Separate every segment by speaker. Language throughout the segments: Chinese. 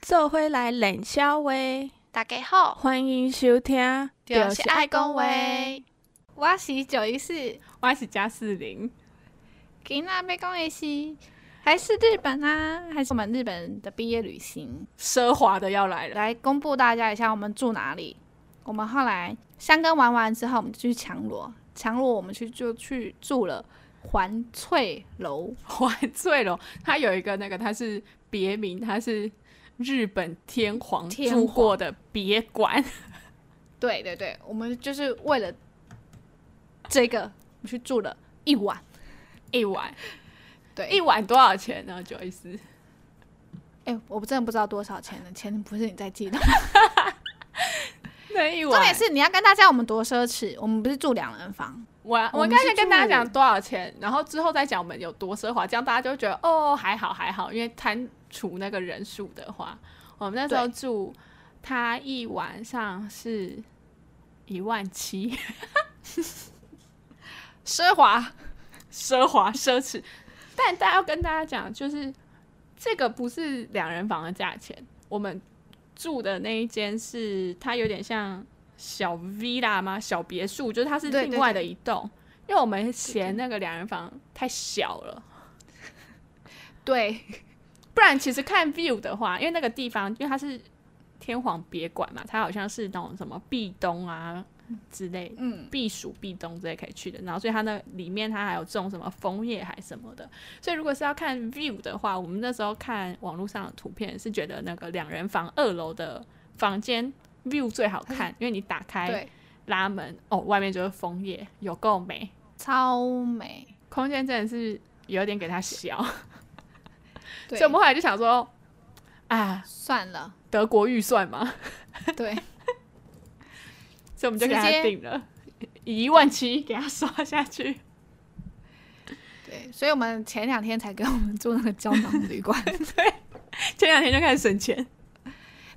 Speaker 1: 做伙来冷笑话，
Speaker 2: 大家好，
Speaker 1: 欢迎收听，
Speaker 2: 就是爱讲话。我是九一四，
Speaker 3: 我是加四零，
Speaker 2: 今仔要讲的是，还是日本啊，还是我们日本的毕业旅行。
Speaker 3: 奢华的要来了。
Speaker 2: 来公布大家一下，我们住哪里？我们后来香根玩完之后，我们就去强罗，强罗我们去就去住了环翠楼，
Speaker 3: 环醉楼，它有一个那个，它是别名，它是日本天皇
Speaker 2: 天
Speaker 3: 住过的别馆。
Speaker 2: 对对对，我们就是为了这个，我们去住了一晚，
Speaker 3: 一晚，
Speaker 2: 对，
Speaker 3: 一晚多少钱呢？九一四，
Speaker 2: 哎、我真的不知道多少钱了，钱不是你在记的。
Speaker 3: 那一晚。
Speaker 2: 重点是你要跟大家我们多奢侈，我们不是住两人房，
Speaker 3: 我
Speaker 2: 我
Speaker 3: 我
Speaker 2: 们
Speaker 3: 应该
Speaker 2: 是
Speaker 3: 先跟大家
Speaker 2: 住
Speaker 3: 讲多少钱，然后之后再讲我们有多奢华，这样大家就会觉得哦还好还好，因为摊除那个人数的话，我们那时候
Speaker 2: 对
Speaker 3: 住他一晚上是一万七，
Speaker 2: 奢华。
Speaker 3: 奢华奢侈。但大家要跟大家讲，就是这个不是两人房的价钱，我们住的那一间是它有点像小 villa 吗？小别墅，就是它是
Speaker 2: 对对
Speaker 3: 另外的
Speaker 2: 对
Speaker 3: 一栋，因为我们嫌那个两人房太小了。
Speaker 2: 对，
Speaker 3: 不然其实看 view 的话，因为那个地方，因为它是天皇别馆嘛，它好像是那种什么壁咚啊之类的，
Speaker 2: 嗯，
Speaker 3: 避暑壁咚之类可以去的。然后，所以它那里面它还有种什么枫叶还什么的。所以如果是要看 view 的话，我们那时候看网络上的图片是觉得那个两人房二楼的房间 view 最好看，因为你打开
Speaker 2: 对，
Speaker 3: 拉门哦，外面就是枫叶，有够美，
Speaker 2: 超美。
Speaker 3: 空间真的是有点给它小。
Speaker 2: 对
Speaker 3: 所以我们后来就想说，啊。
Speaker 2: 算了，
Speaker 3: 德国预算嘛，
Speaker 2: 对，
Speaker 3: 所以我们就给
Speaker 2: 直
Speaker 3: 他
Speaker 2: 接
Speaker 3: 定了一万七，给他刷下去。
Speaker 2: 对，所以我们前两天才给我们住那个胶囊旅馆，
Speaker 3: 前两天就开始省钱，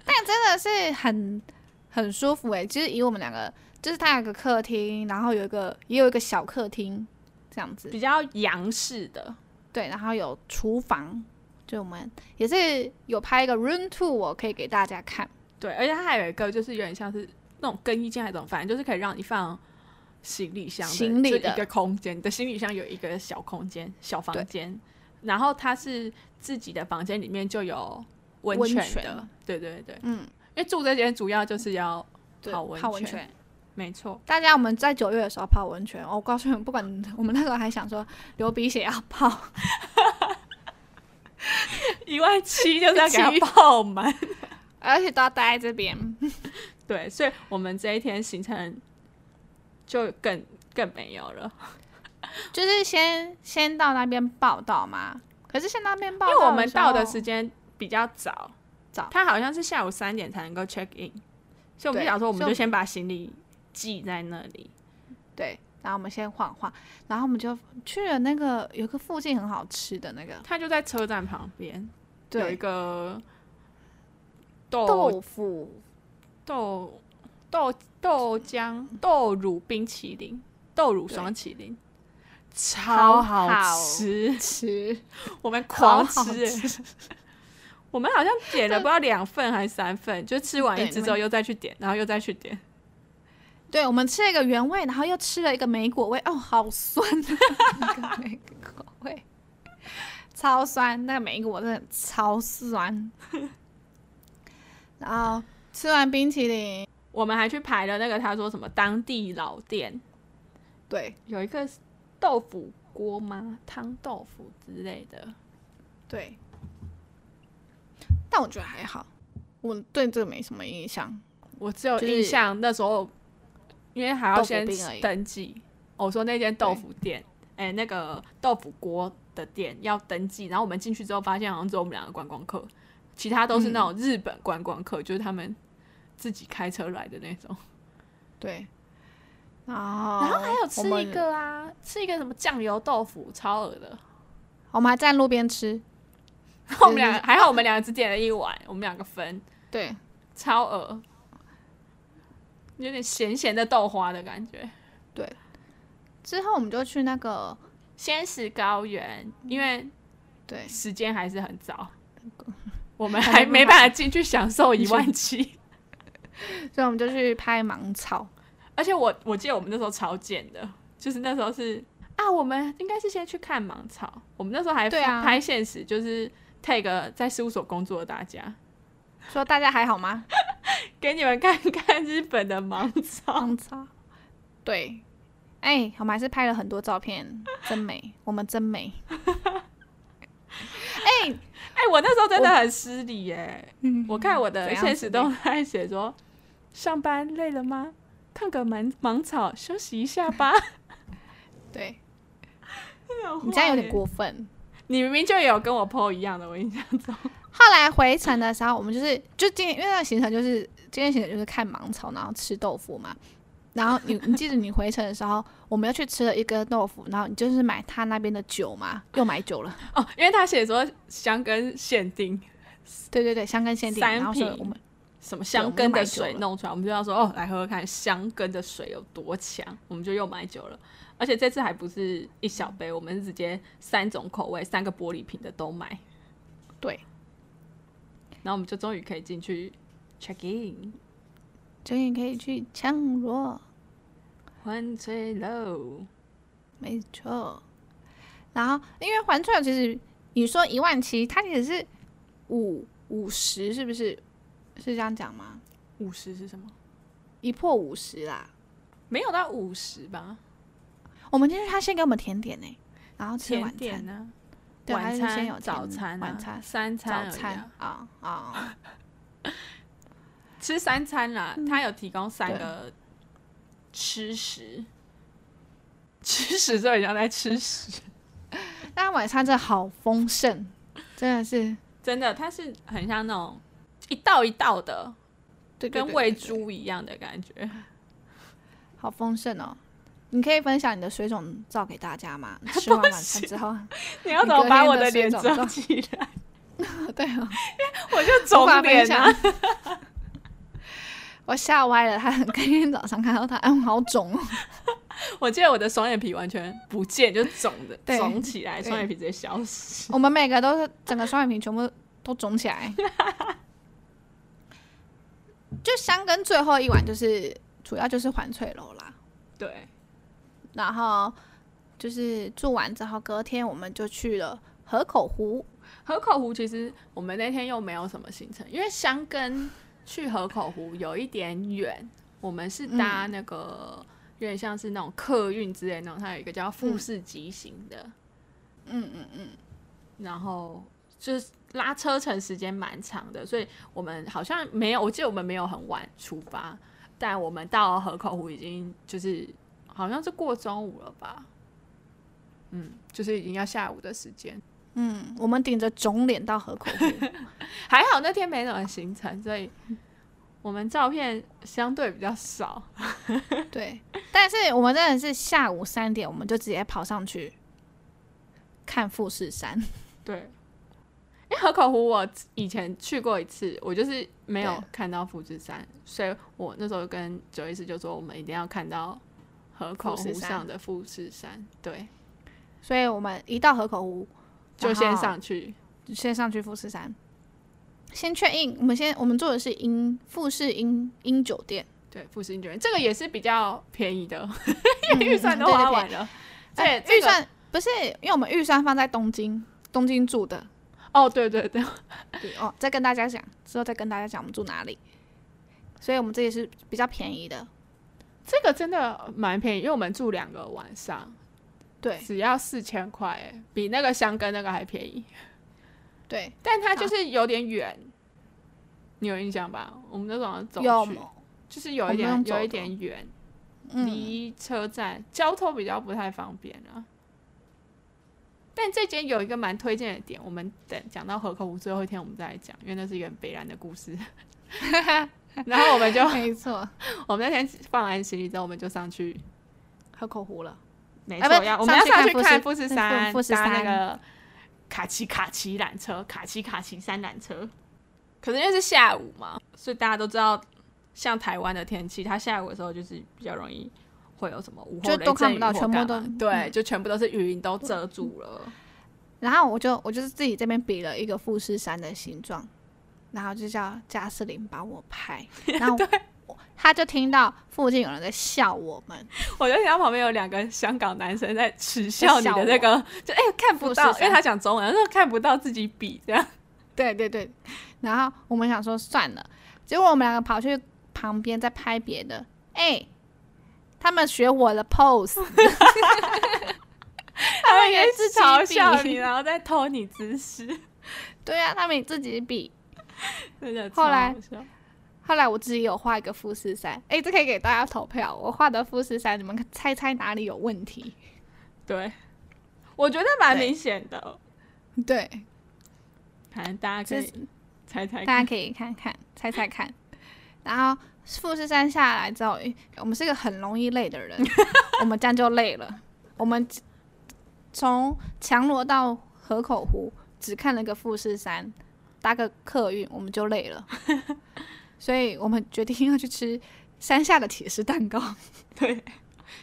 Speaker 2: 但 真的是很很舒服诶、欸。就是以我们两个，就是它有一个客厅，然后有一个也有一个小客厅这样子，
Speaker 3: 比较洋式的，
Speaker 2: 对，然后有厨房，就我们也是有拍一个 room tour，我可以给大家看。
Speaker 3: 对，而且它还有一个就是有点像是那种更衣间还是那种，反正就是可以让你放行李箱的，
Speaker 2: 行李
Speaker 3: 就是
Speaker 2: 的
Speaker 3: 一个空间。你的行李箱有一个小空间、小房间，然后它是自己的房间里面就有温
Speaker 2: 温
Speaker 3: 泉的，
Speaker 2: 泉
Speaker 3: 对对对，
Speaker 2: 嗯，
Speaker 3: 因为住这间主要就是要
Speaker 2: 对
Speaker 3: 泡温
Speaker 2: 泡温
Speaker 3: 泉
Speaker 2: 泉。
Speaker 3: 没错，
Speaker 2: 大家我们在九月的时候泡温泉，我告诉你们，不管 我们那时候还想说流鼻血要泡，
Speaker 3: 一万七就是要给它爆满。
Speaker 2: 而且都要待在这边。
Speaker 3: 对，所以我们这一天行程就更更没有了，
Speaker 2: 就是先先到那边报道嘛。可是先到那边报
Speaker 3: 因
Speaker 2: 道，
Speaker 3: 为我们到的时间比较早，
Speaker 2: 早
Speaker 3: 他好像是下午三点才能够 check in，所以我
Speaker 2: 对
Speaker 3: 们就想说，我们
Speaker 2: 所以我
Speaker 3: 就
Speaker 2: 们
Speaker 3: 先把行李寄在那里。
Speaker 2: 对，然后我们先晃晃，然后我们就去了那个有个附近很好吃的那个，
Speaker 3: 他就在车站旁边有一
Speaker 2: 对，
Speaker 3: 个豆
Speaker 2: 豆腐
Speaker 3: 豆豆豆浆豆乳冰淇淋、豆乳
Speaker 2: 对
Speaker 3: 双淇淋，
Speaker 2: 超
Speaker 3: 超好
Speaker 2: 好
Speaker 3: 吃，
Speaker 2: 吃，
Speaker 3: 我们
Speaker 2: 好
Speaker 3: 狂
Speaker 2: 好
Speaker 3: 吃、欸。 我们好像点了不知道两份还是三份，就吃完一
Speaker 2: 对
Speaker 3: 只之后又再去点，然后又再去点，
Speaker 2: 对，我们吃了一个原味，然后又吃了一个莓果味，哦，好酸啊那个莓果味，超酸，那个莓果真的超酸。然后吃完冰淇淋，
Speaker 3: 我们还去排了那个他说什么当地老店，
Speaker 2: 对
Speaker 3: 有一个豆腐锅吗？汤豆腐之类的，
Speaker 2: 对，但我觉得还好，我对这个没什么印象。
Speaker 3: 我只有
Speaker 2: 就是
Speaker 3: 印象那时候，因为还要
Speaker 2: 豆腐
Speaker 3: 先
Speaker 2: 冰而已
Speaker 3: 登记。哦我说那间豆腐店，哎、那个豆腐锅的店要登记，然后我们进去之后发现好像只有我们两个观光客，其他都是那
Speaker 2: 嗯
Speaker 3: 种日本观光客，就是他们自己开车来的那种。
Speaker 2: 对，然后
Speaker 3: 然后还有吃
Speaker 2: 哦我们
Speaker 3: 一，个啊，吃一个什么酱油豆腐，超恶 的。
Speaker 2: 我们还站路边吃，
Speaker 3: 我们俩还好，我们两个只点了一碗，我们两个分，
Speaker 2: 对，
Speaker 3: 超恶，有点咸咸的豆花的感觉。
Speaker 2: 之后我们就去那个
Speaker 3: 仙石高原，因为
Speaker 2: 对
Speaker 3: 时间还是很早，我们还没办法进去享受一万七。
Speaker 2: 所以我们就去拍芒草。
Speaker 3: 而且我我记得我们那时候超贱的，就是那时候是啊，我们应该是先去看芒草，我们那时候还
Speaker 2: 对啊
Speaker 3: 拍现实，就是 tag 在事务所工作的大家，
Speaker 2: 说大家还好吗？
Speaker 3: 给你们看看日本的芒草。
Speaker 2: 芒草， 对，哎、我们还是拍了很多照片，真美，我们真美。哎、
Speaker 3: 哎、我那时候真的很失礼耶、
Speaker 2: 嗯
Speaker 3: 我看我的
Speaker 2: 怎样
Speaker 3: 现
Speaker 2: 之
Speaker 3: 实
Speaker 2: 类
Speaker 3: 动态写说，上班累了吗？看个芒芒草休息一下吧。
Speaker 2: 对 你这样有点过分。
Speaker 3: 你明明就有跟我 PO 一样的，我印象中。
Speaker 2: 后来回程的时候，我们就是就今天，因为那个行程就是今天行程就是看芒草，然后吃豆腐嘛。然后你你记得你回程的时候，我们又去吃了一个豆腐，然后你就是买他那边的酒嘛，又买酒了。
Speaker 3: 哦，因为他写说香根限定，
Speaker 2: 对对对，香根限定，
Speaker 3: 三
Speaker 2: 然后所以
Speaker 3: 瓶
Speaker 2: 我们
Speaker 3: 什么香根
Speaker 2: 对我们又
Speaker 3: 的
Speaker 2: 买
Speaker 3: 水
Speaker 2: 酒了
Speaker 3: 弄出来，我们就要说哦，来喝喝看香根的水有多强，我们就又买酒了。而且这次还不是一小
Speaker 2: 嗯
Speaker 3: 杯，我们是直接三种口味、三个玻璃瓶的都买，
Speaker 2: 对，
Speaker 3: 然后我们就终于可以进去 check in，
Speaker 2: 就你可以去强罗。
Speaker 3: 欢吹喽。
Speaker 2: 没错。然后，因为环翠其实你说一万七，它也是五五十，是不是？是这样讲吗？
Speaker 3: 五十是什么？
Speaker 2: 一破五十啦。
Speaker 3: 没有到五十吧？
Speaker 2: 我们今天他先给我们甜点呢、然后吃
Speaker 3: 甜
Speaker 2: 晚
Speaker 3: 点
Speaker 2: 餐，
Speaker 3: 呢、
Speaker 2: 对，他
Speaker 3: 晚
Speaker 2: 是
Speaker 3: 餐、
Speaker 2: 先有甜
Speaker 3: 早餐、啊、
Speaker 2: 晚餐、
Speaker 3: 三餐、
Speaker 2: 早餐啊啊，
Speaker 3: 吃三餐啦，他有提供三个吃食，吃食就很像在吃屎，
Speaker 2: 但晚餐真的好丰盛， 真的是
Speaker 3: 真的，它是很像那种一道一道的，
Speaker 2: 对对
Speaker 3: 跟
Speaker 2: 对
Speaker 3: 喂
Speaker 2: 对对
Speaker 3: 猪一样的感觉。
Speaker 2: 好丰盛哦。你可以分享你的水肿照给大家 吗？吃完晚餐之后，
Speaker 3: 你要怎么把我的脸遮起来？
Speaker 2: 对啊，
Speaker 3: 我就肿 脸啊！
Speaker 2: 啊！ 我吓歪了，他隔天早上看到他，哎，我好肿哦。
Speaker 3: 我记得我的双眼皮完全不见，就肿的
Speaker 2: 对
Speaker 3: 肿起来，
Speaker 2: 对
Speaker 3: 双眼皮直接消失。
Speaker 2: 我们每个都是整个双眼皮全部都肿起来。就香根最后一晚就是主要就是环翠楼啦，
Speaker 3: 对，
Speaker 2: 然后就是住完之后，隔天我们就去了河口湖。
Speaker 3: 河口湖其实我们那天又没有什么行程，因为香根去河口湖有一点远，我们是搭
Speaker 2: 嗯
Speaker 3: 那个、有点像是那种客运之类的那种，它有一个叫富士急行的，
Speaker 2: 嗯嗯嗯，
Speaker 3: 然后就是拉车程时间蛮长的，所以我们好像没有，我记得我们没有很晚出发，但我们到河口湖已经就是好像是过中午了吧，嗯，就是已经要下午的时间。
Speaker 2: 嗯，我们顶着肿脸到河口湖，
Speaker 3: 还好那天没什么行程，所以我们照片相对比较少。
Speaker 2: 对，但是我们真的是下午三点，我们就直接跑上去看富士山。
Speaker 3: 对，因为河口湖我以前去过一次，我就是没有
Speaker 2: 对
Speaker 3: 看到富士山，所以我那时候跟九一四就说我们一定要看到河口
Speaker 2: 富
Speaker 3: 湖
Speaker 2: 士山
Speaker 3: 上的富士山，对，
Speaker 2: 所以我们一到河口湖，
Speaker 3: 就
Speaker 2: 然后
Speaker 3: 先上去。
Speaker 2: 先上去富士山，先确定。我们先我们住的是英富士英英酒店，
Speaker 3: 对，富士山这个也是比较便宜的，
Speaker 2: 因
Speaker 3: 预算都花完了。
Speaker 2: 嗯对对
Speaker 3: 对，
Speaker 2: 对
Speaker 3: 这
Speaker 2: 哎预
Speaker 3: 个
Speaker 2: 算不是，因为我们预算放在东京，东京住的。
Speaker 3: 哦，对对对，
Speaker 2: 对哦，再跟大家讲，之后再跟大家讲我们住哪里。所以我们这也是比较便宜的，
Speaker 3: 这个真的蛮便宜，因为我们住两个晚上，
Speaker 2: 对
Speaker 3: 只要四千块，哎，比那个香根那个还便宜。
Speaker 2: 对，
Speaker 3: 但它就是有点远，你有印象吧？我们那种要走
Speaker 2: 有
Speaker 3: 去，就是有一
Speaker 2: 我
Speaker 3: 点
Speaker 2: 们用走的
Speaker 3: 有一点远，
Speaker 2: 嗯，
Speaker 3: 离车站交通比较不太方便啊。但这间有一个蛮推荐的点，我们等讲到河口湖最后一天我们再来讲，因为那是一个很北然的故事。 然后我们就
Speaker 2: 没错，
Speaker 3: 我们那天放完行李之后，我们就上去，
Speaker 2: 河口湖了。
Speaker 3: 没
Speaker 2: 啊
Speaker 3: 错，
Speaker 2: 不是
Speaker 3: 要我们要哎上
Speaker 2: 上去
Speaker 3: 去
Speaker 2: 看
Speaker 3: 看
Speaker 2: 富
Speaker 3: 富
Speaker 2: 士
Speaker 3: 士山，
Speaker 2: 富士
Speaker 3: 搭那
Speaker 2: 山
Speaker 3: 个卡其卡其缆车，卡其卡其山缆车。可是因为是下午嘛，所以大家都知道，像台湾的天气，它下午的时候就是比较容易会有什么午后
Speaker 2: 就
Speaker 3: 雷
Speaker 2: 都看
Speaker 3: 阵
Speaker 2: 不
Speaker 3: 雨
Speaker 2: 到
Speaker 3: 或
Speaker 2: 全部
Speaker 3: 干
Speaker 2: 都
Speaker 3: 嘛对，
Speaker 2: 嗯
Speaker 3: 就全部都是云都遮住了。
Speaker 2: 然后我就我就是自己这边比了一个富士山的形状，然后就叫加斯林帮我拍，然后我他就听到附近有人在笑我们，
Speaker 3: 我就听到旁边有两个香港男生在耻笑你的那个，就哎、看不到
Speaker 2: 富，士
Speaker 3: 因
Speaker 2: 山
Speaker 3: 为他讲中文，他说看不到自己笔这样。
Speaker 2: 对对对，然后我们想说算了，结果我们两个跑去旁边在拍别的，哎、他们学我的 pose，他们也自己
Speaker 3: 嘲笑你，
Speaker 2: 比，
Speaker 3: 然后再偷你姿势，
Speaker 2: 对啊，他们也自己比。
Speaker 3: 真的。
Speaker 2: 后来，后来我自己有画一个富士山，哎、这可以给大家投票，我画的富士山，你们猜猜哪里有问题？
Speaker 3: 对，我觉得蛮
Speaker 2: 对
Speaker 3: 明显的，
Speaker 2: 对，
Speaker 3: 反正大家可
Speaker 2: 这
Speaker 3: 以猜猜
Speaker 2: 大
Speaker 3: 看
Speaker 2: 家。可以看看，猜猜看。然后富士山下来之后，诶我们是个很容易累的人，我们这样就累了。我们从强罗到河口湖只看了个富士山，搭个客运我们就累了， 所以我们决定要去吃山下的铁丝蛋糕。
Speaker 3: 对，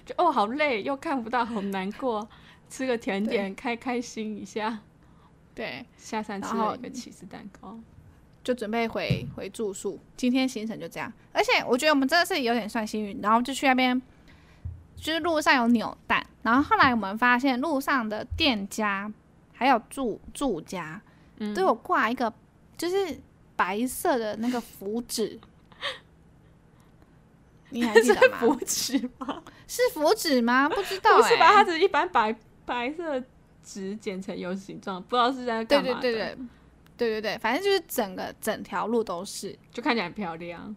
Speaker 3: 就哦好累，又看不到，好难过，吃个甜点开开心一下。
Speaker 2: 对，
Speaker 3: 下山吃
Speaker 2: 然后
Speaker 3: 了一个起司蛋糕，
Speaker 2: 就准备回回住宿。今天行程就这样，而且我觉得我们真的是有点算幸运，然后就去那边，就是路上有扭蛋，然后后来我们发现路上的店家还有住住家
Speaker 3: 嗯
Speaker 2: 都有挂一个就是白色的那个符 纸。你还记
Speaker 3: 是
Speaker 2: 得
Speaker 3: 不
Speaker 2: 吗？
Speaker 3: 吃吗？
Speaker 2: 是符纸吗？不知道、
Speaker 3: 不
Speaker 2: 欸，
Speaker 3: 是吧？它只是一般白白色纸剪成 U 形状，不知道是在
Speaker 2: 对
Speaker 3: 干嘛
Speaker 2: 对
Speaker 3: 的
Speaker 2: 对对，对对对，反正就是整个整条路都是。
Speaker 3: 就看起来很漂亮。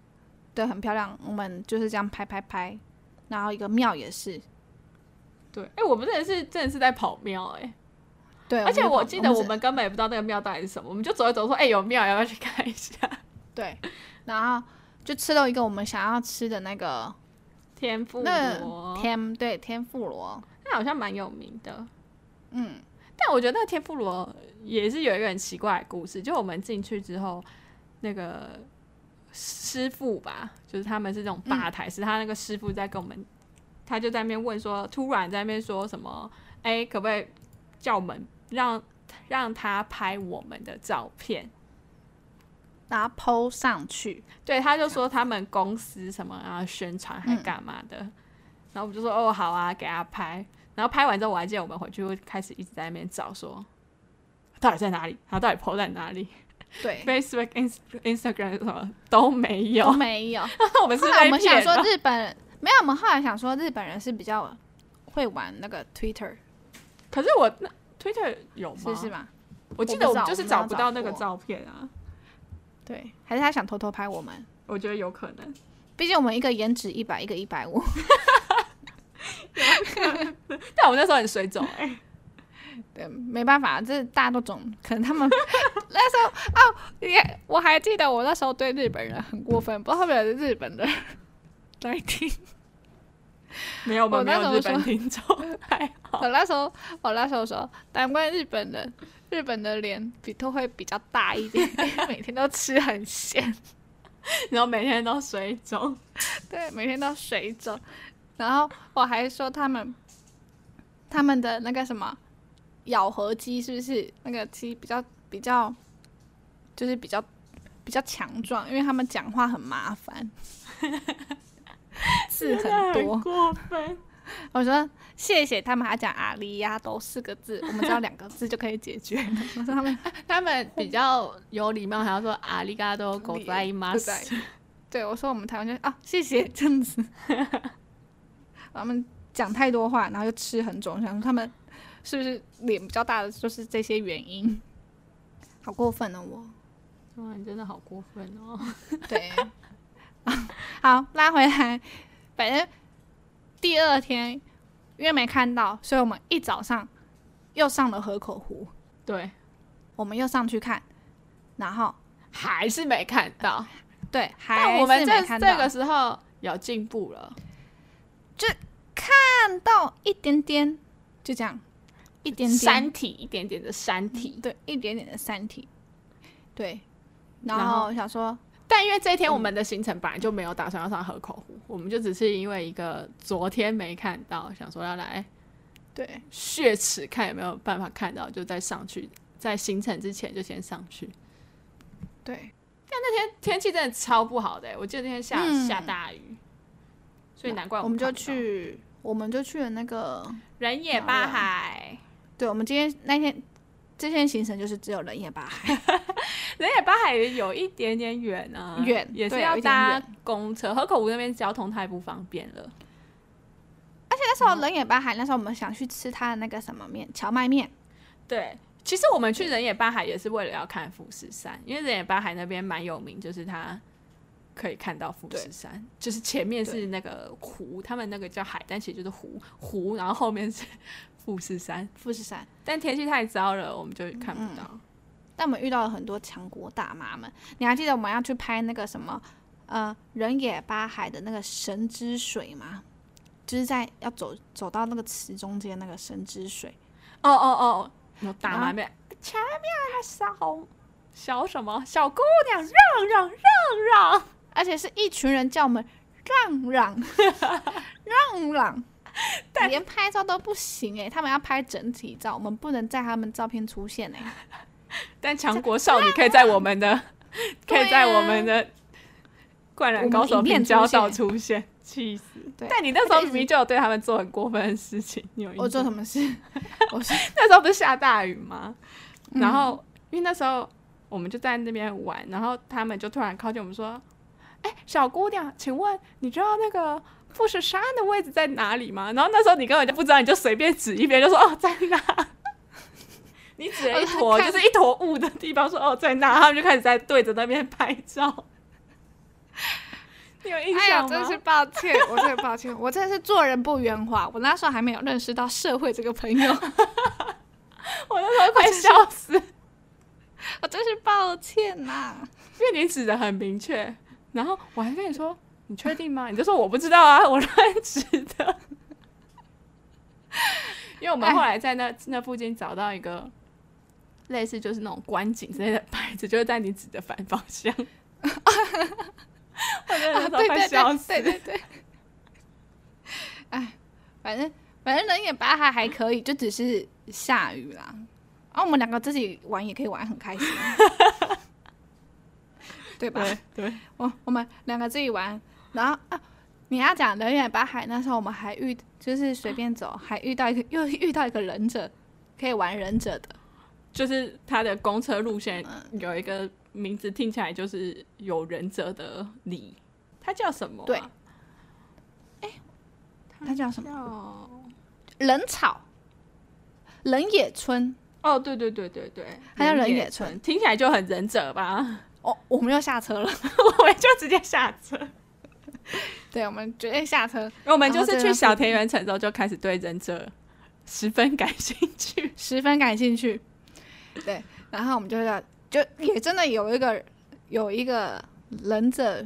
Speaker 2: 对，很漂亮。我们就是这样拍拍拍，然后一个庙也是，
Speaker 3: 对，哎、我们真的是真的是在跑庙哎、
Speaker 2: 对。
Speaker 3: 而且
Speaker 2: 就跑
Speaker 3: 我记得我
Speaker 2: 只
Speaker 3: 们根本也不知道那个庙到底是什么，我们就走一走说，哎、有庙，要不要去看一下？
Speaker 2: 对，然后就吃到一个我们想要吃的那个
Speaker 3: 天妇
Speaker 2: 那
Speaker 3: 罗，
Speaker 2: 天对天妇罗，
Speaker 3: 那好像蛮有名的。
Speaker 2: 嗯，
Speaker 3: 但我觉得那个天妇罗也是有一个很奇怪的故事，就我们进去之后，那个师傅吧，就是他们是那种吧台，是他那个师傅在跟我们，他就在那边问说，突然在那边说什么，哎、可不可以叫我们让让他拍我们的照片？
Speaker 2: 然后抛上去，
Speaker 3: 对，他就说他们公司什么啊宣传还
Speaker 2: 嗯
Speaker 3: 干嘛的，然后我们就说哦好啊，给他拍。然后拍完之后，我还记得我们回去会开始一直在那边找说，到底在哪里，他到底 PO 在哪里
Speaker 2: 对，
Speaker 3: ，Facebook、Inst- Instagram 什么都没有
Speaker 2: 都。没有。
Speaker 3: 那我们是
Speaker 2: 后
Speaker 3: 不是
Speaker 2: 来
Speaker 3: 被
Speaker 2: 我们想
Speaker 3: 骗
Speaker 2: 说
Speaker 3: 了
Speaker 2: 日本没有，我们后来想说日本人是比较会玩那个 Twitter，
Speaker 3: 可是我那 Twitter 有吗？
Speaker 2: 是是吗？
Speaker 3: 我记
Speaker 2: 我不
Speaker 3: 得我
Speaker 2: 知道
Speaker 3: 们就是
Speaker 2: 我没有
Speaker 3: 找不到
Speaker 2: 找
Speaker 3: 那个
Speaker 2: 过
Speaker 3: 照片啊，
Speaker 2: 对，还是他想偷偷拍我们？
Speaker 3: 我觉得有可 能。
Speaker 2: 毕竟我们一个颜值一百，一个一百五，
Speaker 3: 但我们那时候很水肿哎、
Speaker 2: 对，没办法，这大家都总可能他们 那时候哦，也我还记得我那时候对日本人很过分，不知道会不会有日本人来听。
Speaker 3: 没有，我们
Speaker 2: 我
Speaker 3: 没
Speaker 2: 那时
Speaker 3: 有
Speaker 2: 候
Speaker 3: 日本
Speaker 2: 说
Speaker 3: 听众，还好。
Speaker 2: 我那时候我那时候说，难怪日本人日本的脸比都会比较大一点，因为每天都吃很咸，
Speaker 3: 然后每天都水肿，
Speaker 2: 对，每天都水肿。然后我还说他们他们的那个什么咬合肌是不是那个肌比较比较就是比较比较强壮，因为他们讲话很麻烦， 字很
Speaker 3: 真的
Speaker 2: 多。
Speaker 3: 过分。
Speaker 2: 我说谢谢他们，还讲阿里呀都四个字，我们只要两个字就可以解决了。我说他们
Speaker 3: 他们比较有礼貌，还要说阿里嘎多狗在吗
Speaker 2: 不？在，对我说我们台湾就啊谢谢这样子， 他们讲太多话，然后又吃很肿，想说他们是不是脸比较大的就是这些原因，好过分哦我。
Speaker 3: 哇，你真的好过分哦！
Speaker 2: 对， 好拉回来，反正第二天因为没看到，所以我们一早上又上了河口湖，
Speaker 3: 对，
Speaker 2: 我们又上去看，然后
Speaker 3: 还是没看到。
Speaker 2: 对，还
Speaker 3: 但我们
Speaker 2: 是
Speaker 3: 这
Speaker 2: 没看到
Speaker 3: 这个时候有进步了，
Speaker 2: 看到一点点，就这样，一点嗯点
Speaker 3: 山体一点点的山体。
Speaker 2: 对，一点点的山体，对，
Speaker 3: 然
Speaker 2: 然
Speaker 3: 后
Speaker 2: 后想说，
Speaker 3: 但因为这一天我们的行程本来就没有打算要上河口湖，我们就只是因为一个昨天没看到，想说要来
Speaker 2: 对
Speaker 3: 血池看有没有办法看到，就再上去，在行程之前就先上去。
Speaker 2: 对，
Speaker 3: 那天天气真的超不好的、欸我记得那天下、
Speaker 2: 嗯
Speaker 3: 下大雨，所以难怪
Speaker 2: 我
Speaker 3: 们
Speaker 2: 们就
Speaker 3: 看不到
Speaker 2: 去，我们就去了那个，
Speaker 3: 人野
Speaker 2: 哪
Speaker 3: 八
Speaker 2: 里啊
Speaker 3: 海。
Speaker 2: 对，我们今天那天这天行程就是只有人夜八海，
Speaker 3: 人也巴海有一点点远啊，
Speaker 2: 远
Speaker 3: 也是
Speaker 2: 对有
Speaker 3: 要
Speaker 2: 一点
Speaker 3: 搭
Speaker 2: 远
Speaker 3: 公车。河口湖那边交通太不方便了。
Speaker 2: 那时候人也八海，那时候我们想去吃他的那个什么面，荞麦面。
Speaker 3: 对，其实我们去人也巴海也是为了要看富士山，因为人也巴海那边蛮有名，就是它可以看到富士山，就是前面是那个湖，他们那个叫海，但其实就是湖湖，然后后面是 富士山。
Speaker 2: 富士山，
Speaker 3: 但天气太糟了，我们就看
Speaker 2: 嗯
Speaker 3: 不到。
Speaker 2: 但我们遇到了很多强国大妈们。你还记得我们要去拍那个什么，呃，人野八海的那个神之水吗？就是在要走走到那个池中间那个神之水，
Speaker 3: 哦哦哦，然后打
Speaker 2: 啊
Speaker 3: 麻面，前面还小小什么小姑娘，让让让让。
Speaker 2: 而且是一群人叫我们让 让让让，连拍照都不行哎、他们要拍整体照，我们不能在他们照片出现哎、
Speaker 3: 但强国少女可以在我们的， 可以在我们的《灌篮高手》平交道出现，啊气死！
Speaker 2: 对
Speaker 3: 但你那时候明明就有对他们做很过分的事情，你有印
Speaker 2: 我做
Speaker 3: 象？
Speaker 2: 什么 事？我是
Speaker 3: 那时候不是下大雨吗？
Speaker 2: 嗯
Speaker 3: 然后因为那时候我们就在那边玩，然后他们就突然靠近我们说：“哎、小姑娘，请问你知道那个？”富士山的位置在哪里吗？然后那时候你根本就不知道，你就随便指一边就说哦在那， 你指了一坨
Speaker 2: 我哦看
Speaker 3: 就是一坨雾的地方，说哦在那，他们就开始在对着那边拍照。 你有印
Speaker 2: 哎呀，
Speaker 3: 象
Speaker 2: 真
Speaker 3: 吗？
Speaker 2: 是抱歉，我真的抱歉，我真的是做人不圆滑。我那时候还没有认识到社会这个朋 友，
Speaker 3: 我那时候快笑死，因
Speaker 2: 我真是抱歉呐、
Speaker 3: 为你指的很明确，然后我还跟你说你确定吗？你就说我不知道啊，我乱指的。 因为我们
Speaker 2: 哎
Speaker 3: 后来在那那附近找到一个类似就是那种观景之类的牌子，就是在你指的反方向。 我真 的
Speaker 2: 啊，
Speaker 3: 那时
Speaker 2: 对
Speaker 3: 候快
Speaker 2: 对
Speaker 3: 笑
Speaker 2: 对
Speaker 3: 死。
Speaker 2: 对对对。 哎，反正反正人眼八海还可以，就只是下雨啦。啊然、后我们两个自己玩也可以玩得很开心， 对吧？
Speaker 3: 对对，
Speaker 2: 我我们两个自己玩，然后啊，你要讲人眼八海，那时候我们还遇就是随便走，还遇到一个又遇到一个忍者，可以玩忍者的。
Speaker 3: 就是它的公车路线有一个名字，听起来就是有忍者的里，它叫什么、啊？
Speaker 2: 对它叫什么？
Speaker 3: 叫
Speaker 2: 人草，人野村。
Speaker 3: 哦，对对对对对，
Speaker 2: 它叫人
Speaker 3: 野
Speaker 2: 野村
Speaker 3: 听起来就很忍者吧？
Speaker 2: 哦，我们又下车了。
Speaker 3: 我们就直接下车，
Speaker 2: 对，我们决定下车，
Speaker 3: 我们就
Speaker 2: 然后
Speaker 3: 是
Speaker 2: 在
Speaker 3: 去
Speaker 2: 那
Speaker 3: 小
Speaker 2: 附
Speaker 3: 田园城之后就开始对忍者十分感兴趣。
Speaker 2: 十分感兴趣。对，然后我们就要，就也真的有一个有一个忍者，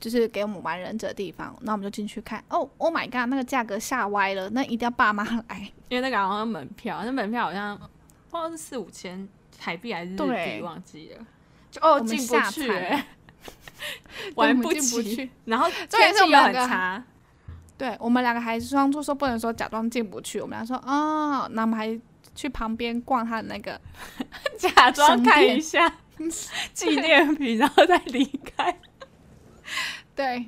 Speaker 2: 就是给我们玩忍者的地方，那我们就进去看。哦，Oh my god，那个价格吓歪了，那一定要爸妈来。
Speaker 3: 因为那个好像门票，那门票好像不知道是四五千台币还是日币，
Speaker 2: 对
Speaker 3: 忘记了。就
Speaker 2: 我
Speaker 3: 哦，
Speaker 2: 们
Speaker 3: 进不
Speaker 2: 吓
Speaker 3: 去、
Speaker 2: 惨了
Speaker 3: 欸，
Speaker 2: 我
Speaker 3: 玩
Speaker 2: 们进不
Speaker 3: 起
Speaker 2: 去。
Speaker 3: 然后
Speaker 2: 重点
Speaker 3: 天
Speaker 2: 是我
Speaker 3: 气
Speaker 2: 们
Speaker 3: 又很
Speaker 2: 两个
Speaker 3: 差，
Speaker 2: 对我们两个还装作说不哦能说，假装进不去。我们俩说哦，那我们还去旁边逛他的那个，
Speaker 3: 假装
Speaker 2: 商
Speaker 3: 看
Speaker 2: 店
Speaker 3: 一下纪念品，然后再离开。
Speaker 2: 对，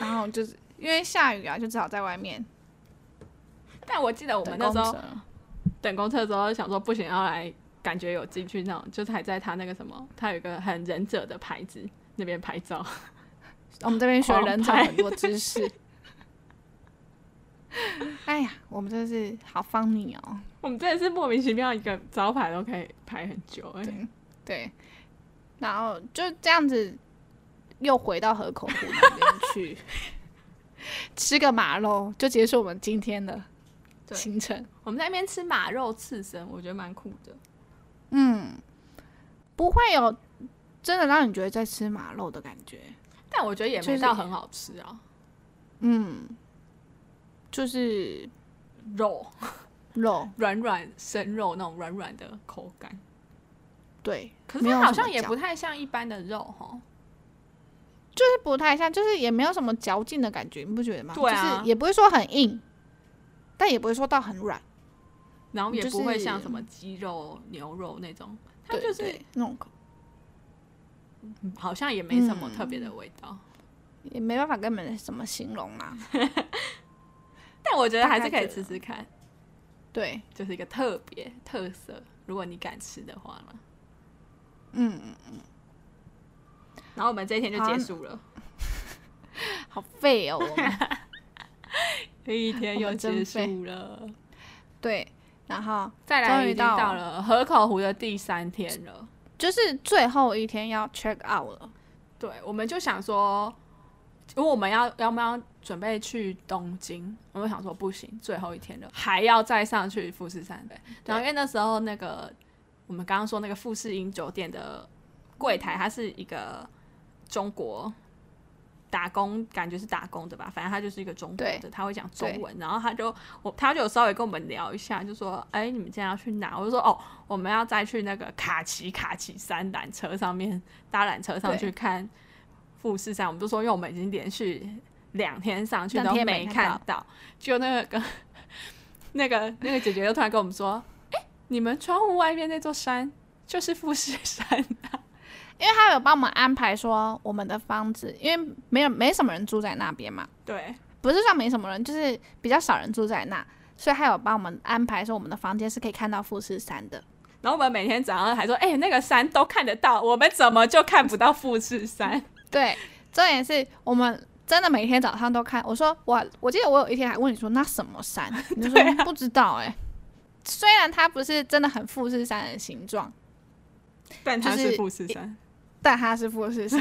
Speaker 2: 然后就是因为下雨啊，就只好在外面
Speaker 3: 但我记得我
Speaker 2: 等
Speaker 3: 们那时候
Speaker 2: 公车
Speaker 3: 等公车的时候想说不行，要来感觉有进去那种，就是还在他那个什么，他有一个很忍者的牌子那边拍照，
Speaker 2: 我们这边学
Speaker 3: 狂
Speaker 2: 人种
Speaker 3: 拍
Speaker 2: 很多知 识。哎呀，我们真的是好方你哦。
Speaker 3: 我们真的是莫名其妙一个招牌都可以拍很久、 哎，
Speaker 2: 对对，然后就这样子又回到河口湖 那边去吃个马肉，就结束我们今天的
Speaker 3: 对
Speaker 2: 行程。
Speaker 3: 我们在那边吃马肉刺身，我觉得蛮酷的。
Speaker 2: 嗯，不会有真的让你觉得在吃马肉的感觉。
Speaker 3: 但我觉得也
Speaker 2: 就
Speaker 3: 没
Speaker 2: 是
Speaker 3: 到很好吃啊，
Speaker 2: 嗯，就是
Speaker 3: 肉
Speaker 2: 肉，
Speaker 3: 软软生肉那种软软的口感，
Speaker 2: 对，
Speaker 3: 可是
Speaker 2: 没有
Speaker 3: 它
Speaker 2: 什
Speaker 3: 好像
Speaker 2: 么
Speaker 3: 也
Speaker 2: 嚼
Speaker 3: 不太像一般的肉哈。
Speaker 2: 就是不太像，就是也没有什么嚼劲的感觉，你不觉得吗？
Speaker 3: 对啊
Speaker 2: 就是也不会说很硬，但也不会说到很软，
Speaker 3: 然后也不会
Speaker 2: 就是
Speaker 3: 像什么鸡肉、牛肉那种，它
Speaker 2: 对
Speaker 3: 就是
Speaker 2: 对那种口
Speaker 3: 嗯好像也没什么
Speaker 2: 嗯
Speaker 3: 特别的味道。
Speaker 2: 也没办法跟你们怎么形容啊啦。
Speaker 3: 但我觉得还是可
Speaker 2: 大概
Speaker 3: 以
Speaker 2: 这
Speaker 3: 吃
Speaker 2: 样
Speaker 3: 吃看，
Speaker 2: 对，
Speaker 3: 就是一个特别特色，如果你敢吃的话啦。
Speaker 2: 嗯，
Speaker 3: 然后我们这一天就
Speaker 2: 好嗯
Speaker 3: 结束了，
Speaker 2: 好废哦。我们
Speaker 3: 这一天
Speaker 2: 我
Speaker 3: 又
Speaker 2: 们
Speaker 3: 结
Speaker 2: 真废
Speaker 3: 束了。
Speaker 2: 对，然后
Speaker 3: 再来
Speaker 2: 终于
Speaker 3: 已经
Speaker 2: 到
Speaker 3: 到了河口湖的第三天了。
Speaker 2: 就是最后一天要 check out 了。
Speaker 3: 对，我们就想说，因为我们要要不要准备去东京，我们想说不行，最后一天了，还要再上去富士山对。然后因为那时候那个我们刚刚说那个富士英酒店的柜台，它是一个中国。打工感觉是打工的吧，反正他就是一个中国的
Speaker 2: 对，
Speaker 3: 他会讲中文，然后他就我他就有稍微跟我们聊一下，就说哎、你们今天要去哪？我就说哦，我们要再去那个卡奇卡奇山缆车上面搭缆车上
Speaker 2: 对
Speaker 3: 去看富士山，我们就说，因为我们已经连续两天上去
Speaker 2: 两
Speaker 3: 都
Speaker 2: 天没
Speaker 3: 没
Speaker 2: 看
Speaker 3: 看到，就那个 那个那个姐姐就突然跟我们说：“哎、你们窗户外面那座山就是富士山。
Speaker 2: 因为他有帮我们安排说我们的房子，因为没有没什么人住在那边嘛，”
Speaker 3: 对，
Speaker 2: 不是说没什么人，就是比较少人住在那，所以他有帮我们安排说我们的房间是可以看到富士山的。
Speaker 3: 然后我们每天早上还说：“哎、那个山都看得到，我们怎么就看不到富士山
Speaker 2: 对，重点是我们真的每天早上都看。我说我我记得我有一天还问你说那什么山， 你就说、
Speaker 3: 啊
Speaker 2: 不知道哎、虽然它不是真的很富士山的形状，？”
Speaker 3: 但它
Speaker 2: 嗯就是是
Speaker 3: 富士山，
Speaker 2: 但它是富 士山，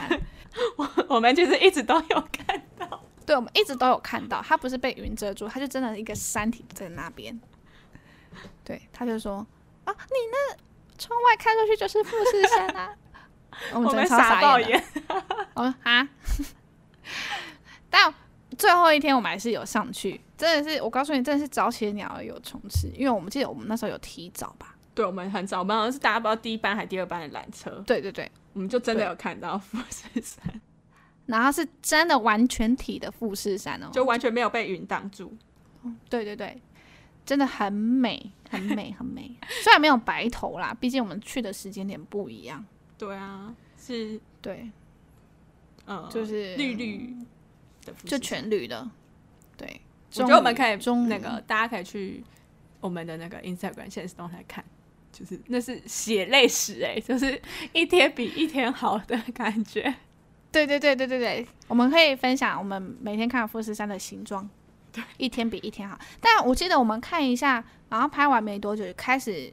Speaker 3: 我们就是一直都有看。
Speaker 2: 对我们一直都有看到，它不是被云遮住，它就真的一个山体在那边。对，他就说啊，你那窗外看出去就是富士山啊， 我们
Speaker 3: 我
Speaker 2: 真的
Speaker 3: 们
Speaker 2: 超
Speaker 3: 傻
Speaker 2: 傻
Speaker 3: 爆
Speaker 2: 眼的。
Speaker 3: 眼，
Speaker 2: 我说啊，但最后一天我们还是有上去，真的是我告诉你，真的是早起的鸟儿有虫吃，因为我们记得我们那时候有提早吧？
Speaker 3: 对我们很早，我们好像是搭不到第一班还第二班的缆车，
Speaker 2: 对对对，
Speaker 3: 我们就真的
Speaker 2: 对
Speaker 3: 有看到富士山，
Speaker 2: 然后是真的完全体的富士山哦，
Speaker 3: 就完全没有被云挡住。
Speaker 2: 对对对，真的很美，很 美，很美。虽然没有白头啦，毕竟我们去的时间点不一样。
Speaker 3: 对啊，是
Speaker 2: 对，
Speaker 3: 呃，
Speaker 2: 就是
Speaker 3: 绿绿的富
Speaker 2: 就
Speaker 3: 士山，
Speaker 2: 全绿的。对，
Speaker 3: 我觉得我们可以
Speaker 2: 中
Speaker 3: 那个大家可以去我们的那个 Instagram 现实动态看，就是那是血泪史哎、就是一天比一天好的感觉。
Speaker 2: 对对对对对对，我们可以分享我们每天看富士山的形状，一天比一天好。但我记得我们看一下，然后拍完没多久就开始，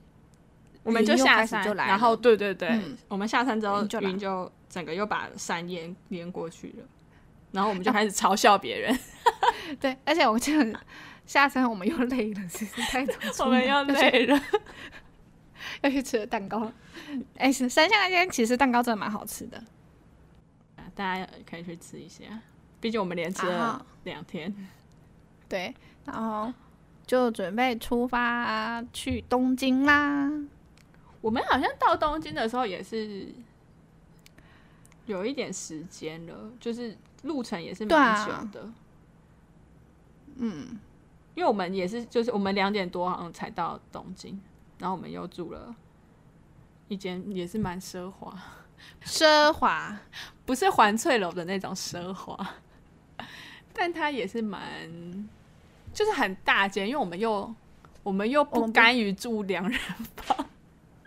Speaker 3: 我们就
Speaker 2: 云又
Speaker 3: 下
Speaker 2: 开始
Speaker 3: 山，
Speaker 2: 就来
Speaker 3: 然后
Speaker 2: 了
Speaker 3: 对对对，
Speaker 2: 嗯
Speaker 3: 我们下山之后
Speaker 2: 云就来
Speaker 3: 云就整个又把山淹淹过去了，然后我们就
Speaker 2: 啊
Speaker 3: 开始嘲笑别人，
Speaker 2: 对，而且我记得下山我们又累了，其实太早出
Speaker 3: 我
Speaker 2: 门
Speaker 3: 们又
Speaker 2: 去
Speaker 3: 累了。
Speaker 2: 要去吃了蛋糕。哎，山下那间其实蛋糕真的蛮好吃的。
Speaker 3: 大家可以去吃一下，毕竟我们连吃了
Speaker 2: 啊
Speaker 3: 两天。
Speaker 2: 对，然后就准备出发去东京啦。
Speaker 3: 我们好像到东京的时候也是有一点时间了，就是路程也是
Speaker 2: 对
Speaker 3: 蛮
Speaker 2: 啊
Speaker 3: 久的。嗯，因为我们也是，就是我们两点多好像才到东京，然后我们又住了一间也是蛮奢华，
Speaker 2: 奢华，
Speaker 3: 不是环翠楼的那种奢华， 但它也是蛮就是很大间，因为我们又我们又
Speaker 2: 我
Speaker 3: 不
Speaker 2: 们不
Speaker 3: 甘于住两人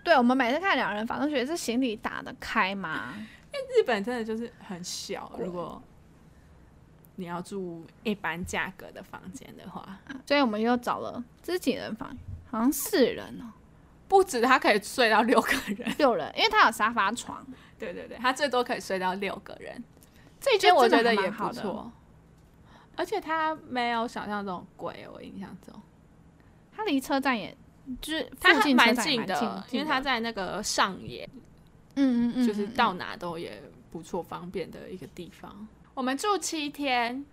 Speaker 2: 对我们每次看两人房都觉得这行李打得开吗？
Speaker 3: 日本真的就是很小，
Speaker 2: 贵
Speaker 3: 如果你要住一般价格的房间的话，
Speaker 2: 啊所以我们又找了自己人房，好像四人哦，
Speaker 3: 不止它可以睡到六个人，
Speaker 2: 六人，因为它有沙发床，
Speaker 3: 对对对，它最多可以睡到六个人，
Speaker 2: 这
Speaker 3: 所以
Speaker 2: 间
Speaker 3: 我
Speaker 2: 真的
Speaker 3: 觉得
Speaker 2: 还蛮
Speaker 3: 也不
Speaker 2: 好的。哦
Speaker 3: 错。而且它没有想象中贵，我印象中
Speaker 2: 它离车站也就是
Speaker 3: 它
Speaker 2: 附
Speaker 3: 还
Speaker 2: 近车
Speaker 3: 蛮
Speaker 2: 站也
Speaker 3: 近
Speaker 2: 蛮
Speaker 3: 的，因为它
Speaker 2: 在
Speaker 3: 在那个上野，
Speaker 2: 嗯嗯嗯，
Speaker 3: 就是
Speaker 2: 嗯
Speaker 3: 到哪都也不错方便的一个地方。我们住七天，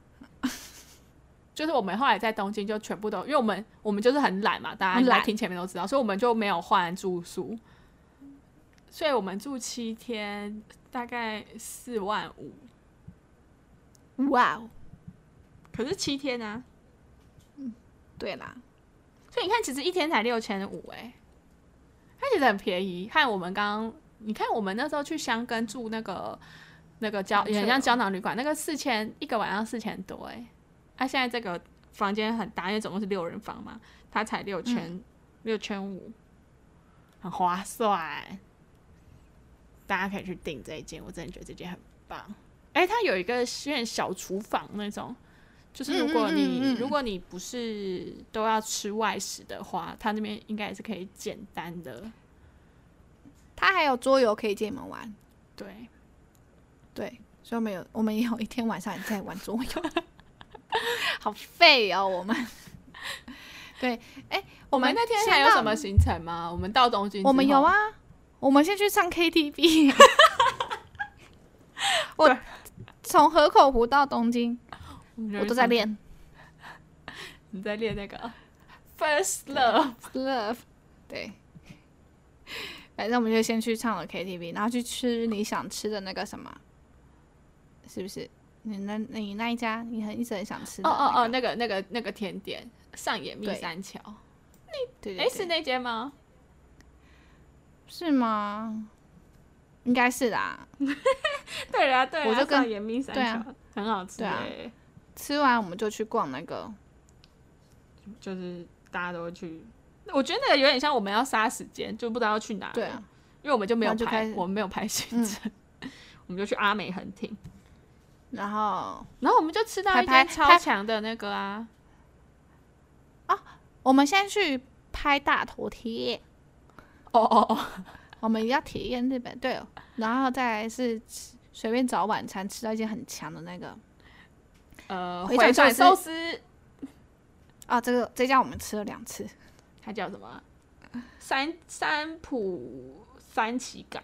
Speaker 3: 就是我们后来在东京就全部都，因为我们我们就是很懒嘛，大家
Speaker 2: 很
Speaker 3: 应该
Speaker 2: 懒
Speaker 3: 听前面都知道，所以我们就没有换住宿，所以我们住七天，大概四万五，
Speaker 2: 嗯哇哦，
Speaker 3: 可是七天啊，
Speaker 2: 对啦，
Speaker 3: 欸所以你看，其实一天才六千五哎，它其实很便宜，和我们刚刚你看我们那时候去香根住那个那个胶，
Speaker 2: 嗯
Speaker 3: 也很
Speaker 2: 这
Speaker 3: 像
Speaker 2: 个
Speaker 3: 胶囊旅馆，那个四千一个晚上四千多哎、啊，现在这个房间很大，因为总共是六人房嘛，它才六千六千五，很划算。大家可以去订这一间，我真的觉得这间很棒。哎、它有一个有点小厨房那种，就是如果你、
Speaker 2: 嗯嗯嗯嗯嗯
Speaker 3: 如果你不是都要吃外食的话，它那边应该也是可以简单的
Speaker 2: 他还有桌游可以借你们玩，
Speaker 3: 对。
Speaker 2: 对，所以我们有我们也有一天晚上也在玩桌游，好废哦，我们。 对，哎、
Speaker 3: 我
Speaker 2: 们
Speaker 3: 们那天
Speaker 2: 先
Speaker 3: 还有
Speaker 2: 到
Speaker 3: 什么行程吗？我们到东京，
Speaker 2: 我们有，啊，我们先去唱 KTV。我
Speaker 3: 对
Speaker 2: 从河口湖到东京，我
Speaker 3: 我
Speaker 2: 都在。练
Speaker 3: 你在练那个 first love，
Speaker 2: Love。对，反正我们就先去唱了 KTV，然后去吃你想吃的那个什么，是不是？你那你那一家，你很一直很想吃的、
Speaker 3: 哦哦哦，
Speaker 2: 那个，
Speaker 3: 那个那个那个甜点上野蜜
Speaker 2: 对
Speaker 3: 三桥，
Speaker 2: 对对
Speaker 3: 哎，
Speaker 2: 对，
Speaker 3: 是那间吗？
Speaker 2: 是吗？应该是啦。
Speaker 3: 对啊，对啊，
Speaker 2: 我就跟
Speaker 3: 上野蜜三
Speaker 2: 对啊
Speaker 3: 桥很好吃
Speaker 2: 对啊
Speaker 3: 欸，
Speaker 2: 吃完我们就去逛那个，
Speaker 3: 就是大家都会去。我觉得那个有点像我们要杀时间，就不知道要去哪。
Speaker 2: 对啊，，
Speaker 3: 因为我们就没有
Speaker 2: 然后就开
Speaker 3: 排
Speaker 2: 始，嗯
Speaker 3: 我们没有排行程， 我们就去阿美横町，
Speaker 2: 然后
Speaker 3: 然后我们就吃到一
Speaker 2: 排
Speaker 3: 间
Speaker 2: 排
Speaker 3: 超
Speaker 2: 排
Speaker 3: 强的那个啊，
Speaker 2: 我们先去拍大头贴，
Speaker 3: 哦哦哦，
Speaker 2: 我们要体验日本对哦，然后再来是吃随便找晚餐，吃到一间很强的那个
Speaker 3: 呃，
Speaker 2: 回转
Speaker 3: 回转寿
Speaker 2: 寿
Speaker 3: 司，
Speaker 2: 啊，这个这家我们吃了两次，
Speaker 3: 它叫什么啊？三三浦三崎港，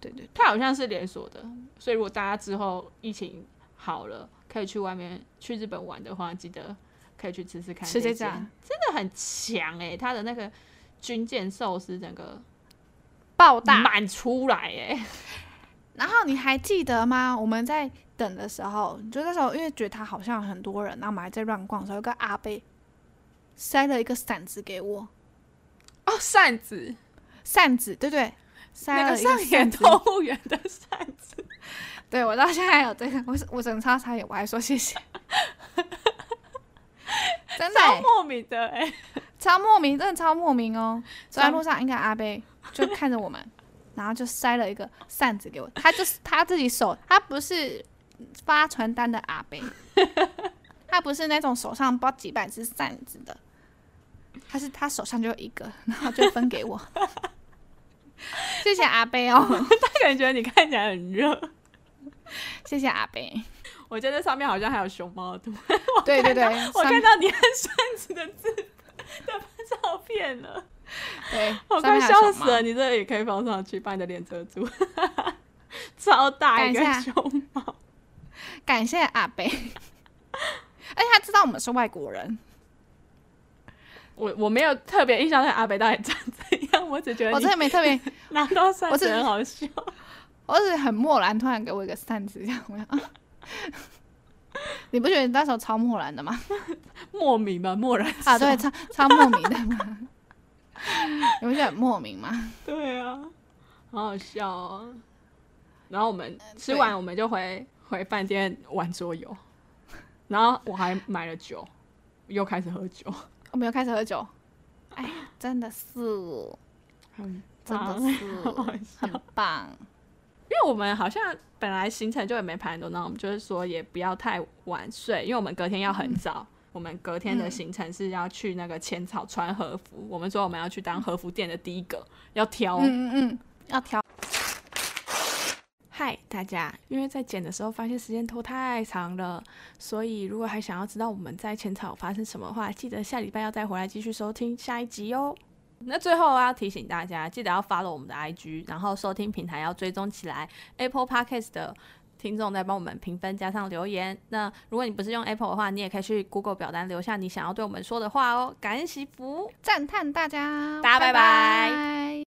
Speaker 2: 对对
Speaker 3: 它好像是连锁的，所以如果大家之后疫情好了，可以去外面去日本玩的话，记得可以去吃吃看。
Speaker 2: 吃
Speaker 3: 这
Speaker 2: 这家
Speaker 3: 间真的很强
Speaker 2: 欸
Speaker 3: 哎、它的那个军舰寿司整个
Speaker 2: 爆大。
Speaker 3: 满出来哎、
Speaker 2: 然后你还记得吗？我们在等的时候，就那时候因为觉得他好像很多人，然后我们还在乱逛的时候，有个阿贝塞了一个扇子给我，
Speaker 3: 哦，扇子，
Speaker 2: 扇子对不对？塞
Speaker 3: 那
Speaker 2: 了
Speaker 3: 个
Speaker 2: 一个
Speaker 3: 上野
Speaker 2: 扇子，
Speaker 3: 动物园的扇子，
Speaker 2: 对我到现在还有这个，我我整超差点，我还说谢谢，真的欸、
Speaker 3: 超莫名的哎、
Speaker 2: 超莫名，真的超莫名哦！走在路上，应该阿贝就看着我们，然后就塞了一个扇子给我。他就是他自己手，他不是发传单的阿 贝，他不是那种手上包几百只扇子的，他是他手上就有一个，然后就分 给我。谢谢阿贝哦，
Speaker 3: 他可能觉得你看起来很热。
Speaker 2: 谢谢阿贝。
Speaker 3: 我记得那上面好像还有熊猫的图，
Speaker 2: 对对对，
Speaker 3: 我看
Speaker 2: 上
Speaker 3: 到你和扇子的字的照片了，
Speaker 2: 对，上
Speaker 3: 我快
Speaker 2: 面还有
Speaker 3: 笑
Speaker 2: 熊
Speaker 3: 死
Speaker 2: 猫
Speaker 3: 了。你这个也可以放上去，把你的脸遮住， 超大一个
Speaker 2: 等一下
Speaker 3: 熊猫。
Speaker 2: 感谢阿贝，而且他知道我们是外国人。
Speaker 3: 我我没有特别印象那个阿北到底长怎样，我只觉得
Speaker 2: 我
Speaker 3: 你
Speaker 2: 真的没特别，
Speaker 3: 拿到扇
Speaker 2: 我
Speaker 3: 子
Speaker 2: 是
Speaker 3: 很好笑。
Speaker 2: 我只是很漠然，突然给我一个扇子，这样 我想，啊你不觉得你那时候超漠然 的吗？
Speaker 3: 莫名吧，漠然
Speaker 2: 啊，对，超超莫名的吗？ 你不觉得很莫名吗？
Speaker 3: 对啊，好好笑哦。然后我们吃
Speaker 2: 对
Speaker 3: 完，我们就回回饭店玩桌游，然后我还买了酒，又开始喝酒，
Speaker 2: 我们又开始喝酒，哎呀，真的是，
Speaker 3: 嗯，
Speaker 2: 真的
Speaker 3: 棒
Speaker 2: 是
Speaker 3: 好好笑
Speaker 2: 很棒。
Speaker 3: 因为我们好像本来行程就也没排很多，那我们就是说也不要太晚睡，因为我们隔天要很早。
Speaker 2: 嗯
Speaker 3: 我们隔天的行程是要去那个浅草穿和服，我们说我们要去当和服店的第一个，要挑。
Speaker 2: 嗯嗯嗯，要调
Speaker 1: 嗨，大家！因为在剪的时候发现时间拖太长了，所以如果还想要知道我们在浅草发生什么的话，记得下礼拜要再回来继续收听下一集哦。
Speaker 3: 那最后要提醒大家，记得要 follow 我们的 IG，然后收听平台要追踪起来。Apple Podcast 的听众在帮我们评分加上留言。那如果你不是用 Apple 的话，你也可以去 Google 表单留下你想要对我们说的话哦。感恩惜福。
Speaker 2: 赞叹大家，
Speaker 3: 大家拜拜
Speaker 2: 拜